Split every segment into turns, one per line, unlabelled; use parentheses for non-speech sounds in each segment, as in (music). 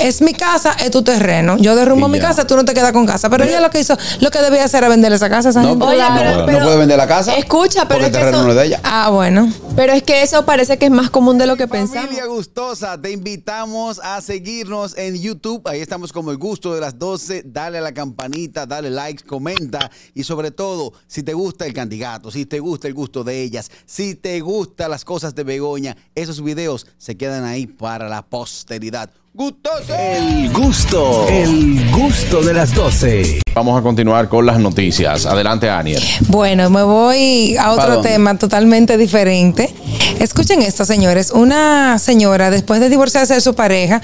es mi casa, es tu terreno. Yo derrumbo
Y
mi
ya.
casa, tú no te quedas con casa. Pero ella lo que hizo, lo que debía hacer era venderle esa casa a esa
No,
gente.
pero-
Oye,
no
pero-
puede- no
pero-
puede vender la casa.
Escucha, pero
porque
es que
el terreno
eso-
no es de ella.
Ah, bueno.
Pero es que eso parece que es más común de lo que pensamos.
Familia gustosa, te invitamos a seguirnos en YouTube. Ahí estamos como el gusto de las 12. Dale a la campanita, dale like, comenta. Y sobre todo, si te gusta el candidato, si te gusta el gusto de ellas, si te gustan las cosas de Begoña, esos videos se quedan ahí para la posteridad. ¡Gustoso!
El gusto, el gusto de las 12.
Vamos a continuar con las noticias. Adelante, Aniel.
Bueno, me voy a
¿Para
otro
dónde?
tema totalmente diferente. Escuchen esto, señores. Una señora, después de divorciarse de su pareja,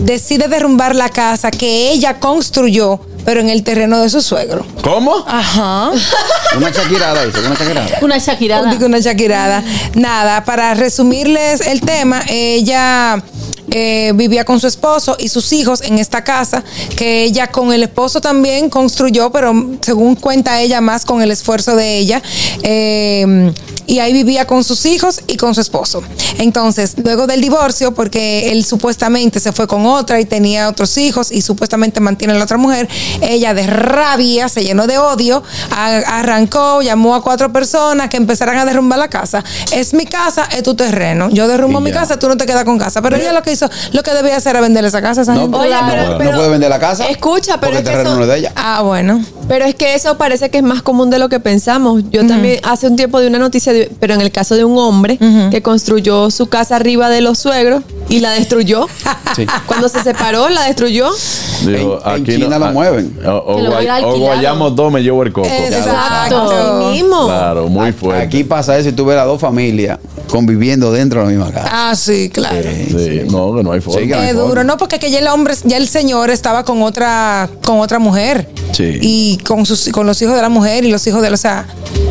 decide derrumbar la casa que ella construyó, pero en el terreno de su suegro.
¿Cómo?
Ajá.
Una chaquirada, dice, una chaquirada.
Una Shakirada.
Digo una chaquirada. Nada, para resumirles el tema, ella eh, vivía con su esposo y sus hijos en esta casa que ella con el esposo también construyó, pero según cuenta ella, más con el esfuerzo de ella. Eh, y ahí vivía con sus hijos y con su esposo. Entonces, luego del divorcio, porque él supuestamente se fue con otra y tenía otros hijos y supuestamente mantiene a la otra mujer, ella de rabia, se llenó de odio, a- arrancó, llamó a cuatro personas que empezaran a derrumbar la casa. Es mi casa, es tu terreno. Yo derrumbo
Y
mi
ya.
casa, tú no te quedas con casa. Pero ella lo que hizo, lo que debía hacer era venderle esa casa a esa
No,
gente.
pero-
Oye,
no
pero-
puede-
pero-
no puede vender la casa.
Escucha, pero
porque
es
el
que
terreno
eso-
no es de ella.
Ah, bueno.
Pero es que eso parece que es más común de lo que pensamos. Yo también hace un tiempo de una noticia, de- pero en el caso de un hombre
Ujú.
que construyó su casa arriba de los suegros y la destruyó.
Sí.
Cuando se separó, la destruyó.
Digo,
En- en
aquí
China
no,
la
ah,
mueven.
O, o
Que lo
guay-
hubiera
o
alquilado.
guayamos dos, me llevo el coco.
Exacto.
Así mismo.
Claro, muy fuerte.
Aquí pasa eso y tú ves las dos familias conviviendo dentro de la misma casa.
Ah, sí, claro.
(laughs) Sí, no, que no hay forma.
Sí,
Qué
que Ay,
Eh, duro,
forma.
no, porque que ya el hombre, ya el señor estaba con otra, con otra mujer.
Sí.
Y con sus, con los hijos de la mujer y los hijos de la, o sea,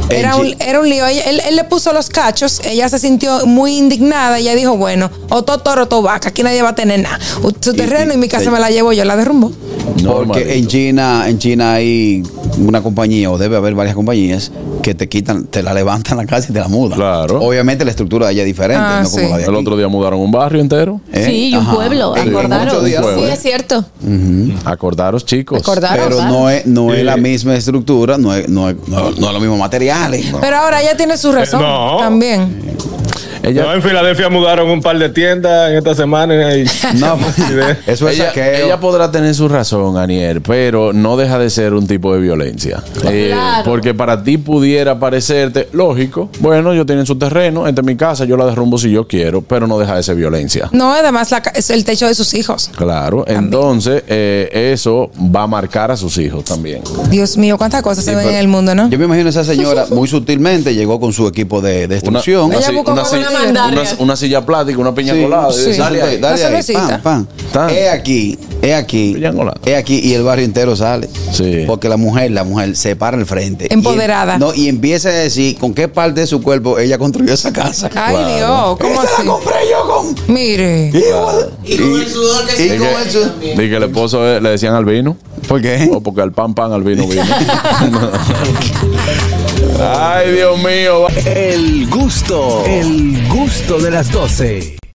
era
Angie.
un, era un lío. Ella- él, él le puso los cachos, ella se sintió muy indignada, ella dijo, bueno, o todo toro, todo vaca, aquí nadie va a tener nada. U- Su terreno y, mi casa
sí.
me la llevo yo, la derrumbo.
Porque en
Normalito.
China, en China hay una compañía, o debe haber varias compañías, que te quitan, te la levantan la casa y te la mudan.
Claro.
Obviamente la estructura de ella es diferente,
Ah,
no como
sí.
la de
El
aquí.
otro día mudaron un barrio entero.
¿Eh?
Sí, y un pueblo,
En- en
acordaron.
ocho días.
Un pueblo.
Sí, es cierto.
Mm.
Acordaros, chicos.
Ah,
Acordaros. Claro,
Pero
claro.
no es, no es
Eh.
la misma estructura, no es, no es, no, no es los mismos materiales. no.
Pero ahora ella tiene su razón
no.
también.
Ella,
No, en Filadelfia mudaron un par de tiendas en esta semana. y-
(laughs)
No, (laughs) eso es
ella,
saqueo.
ella podrá tener su razón, Aniel, pero no deja de ser un tipo de violencia. Eh,
Claro.
porque para ti pudiera parecerte lógico, bueno, yo tienen su terreno, esta es mi casa, yo la derrumbo si yo quiero, pero no deja de ser violencia.
No, además la ca- es el techo de sus hijos.
Claro, entonces eh, eso va a marcar a sus hijos también.
Dios mío, cuántas cosas se ven en el mundo, ¿no?
Yo me imagino
(laughs)
esa señora muy sutilmente llegó con su equipo de
Una,
destrucción.
una
Ella
si-
buscó
una
como
si-
una
mandaria.
una- una silla plástica, una piña colada.
sí.
y sale ahí.
Una
dale ahí,
cervecita.
pam, pam.
Tan.
He aquí, he aquí,
Triangular.
he aquí, y el barrio entero sale.
Sí.
Porque la mujer, la mujer se para al frente. y-
Empoderada.
no, y empieza a decir con qué parte de su cuerpo ella construyó esa casa.
Ay, Dios, ¿cómo
Esa la
así?
compré yo con.
Mire.
Y, y- y con el sudor que
Y que, y que el esposo eh, le decían al vino.
¿Por qué?
O Oh, porque al pan pan al vino vino. Ay, Dios mío. va-
El gusto, el gusto de las 12.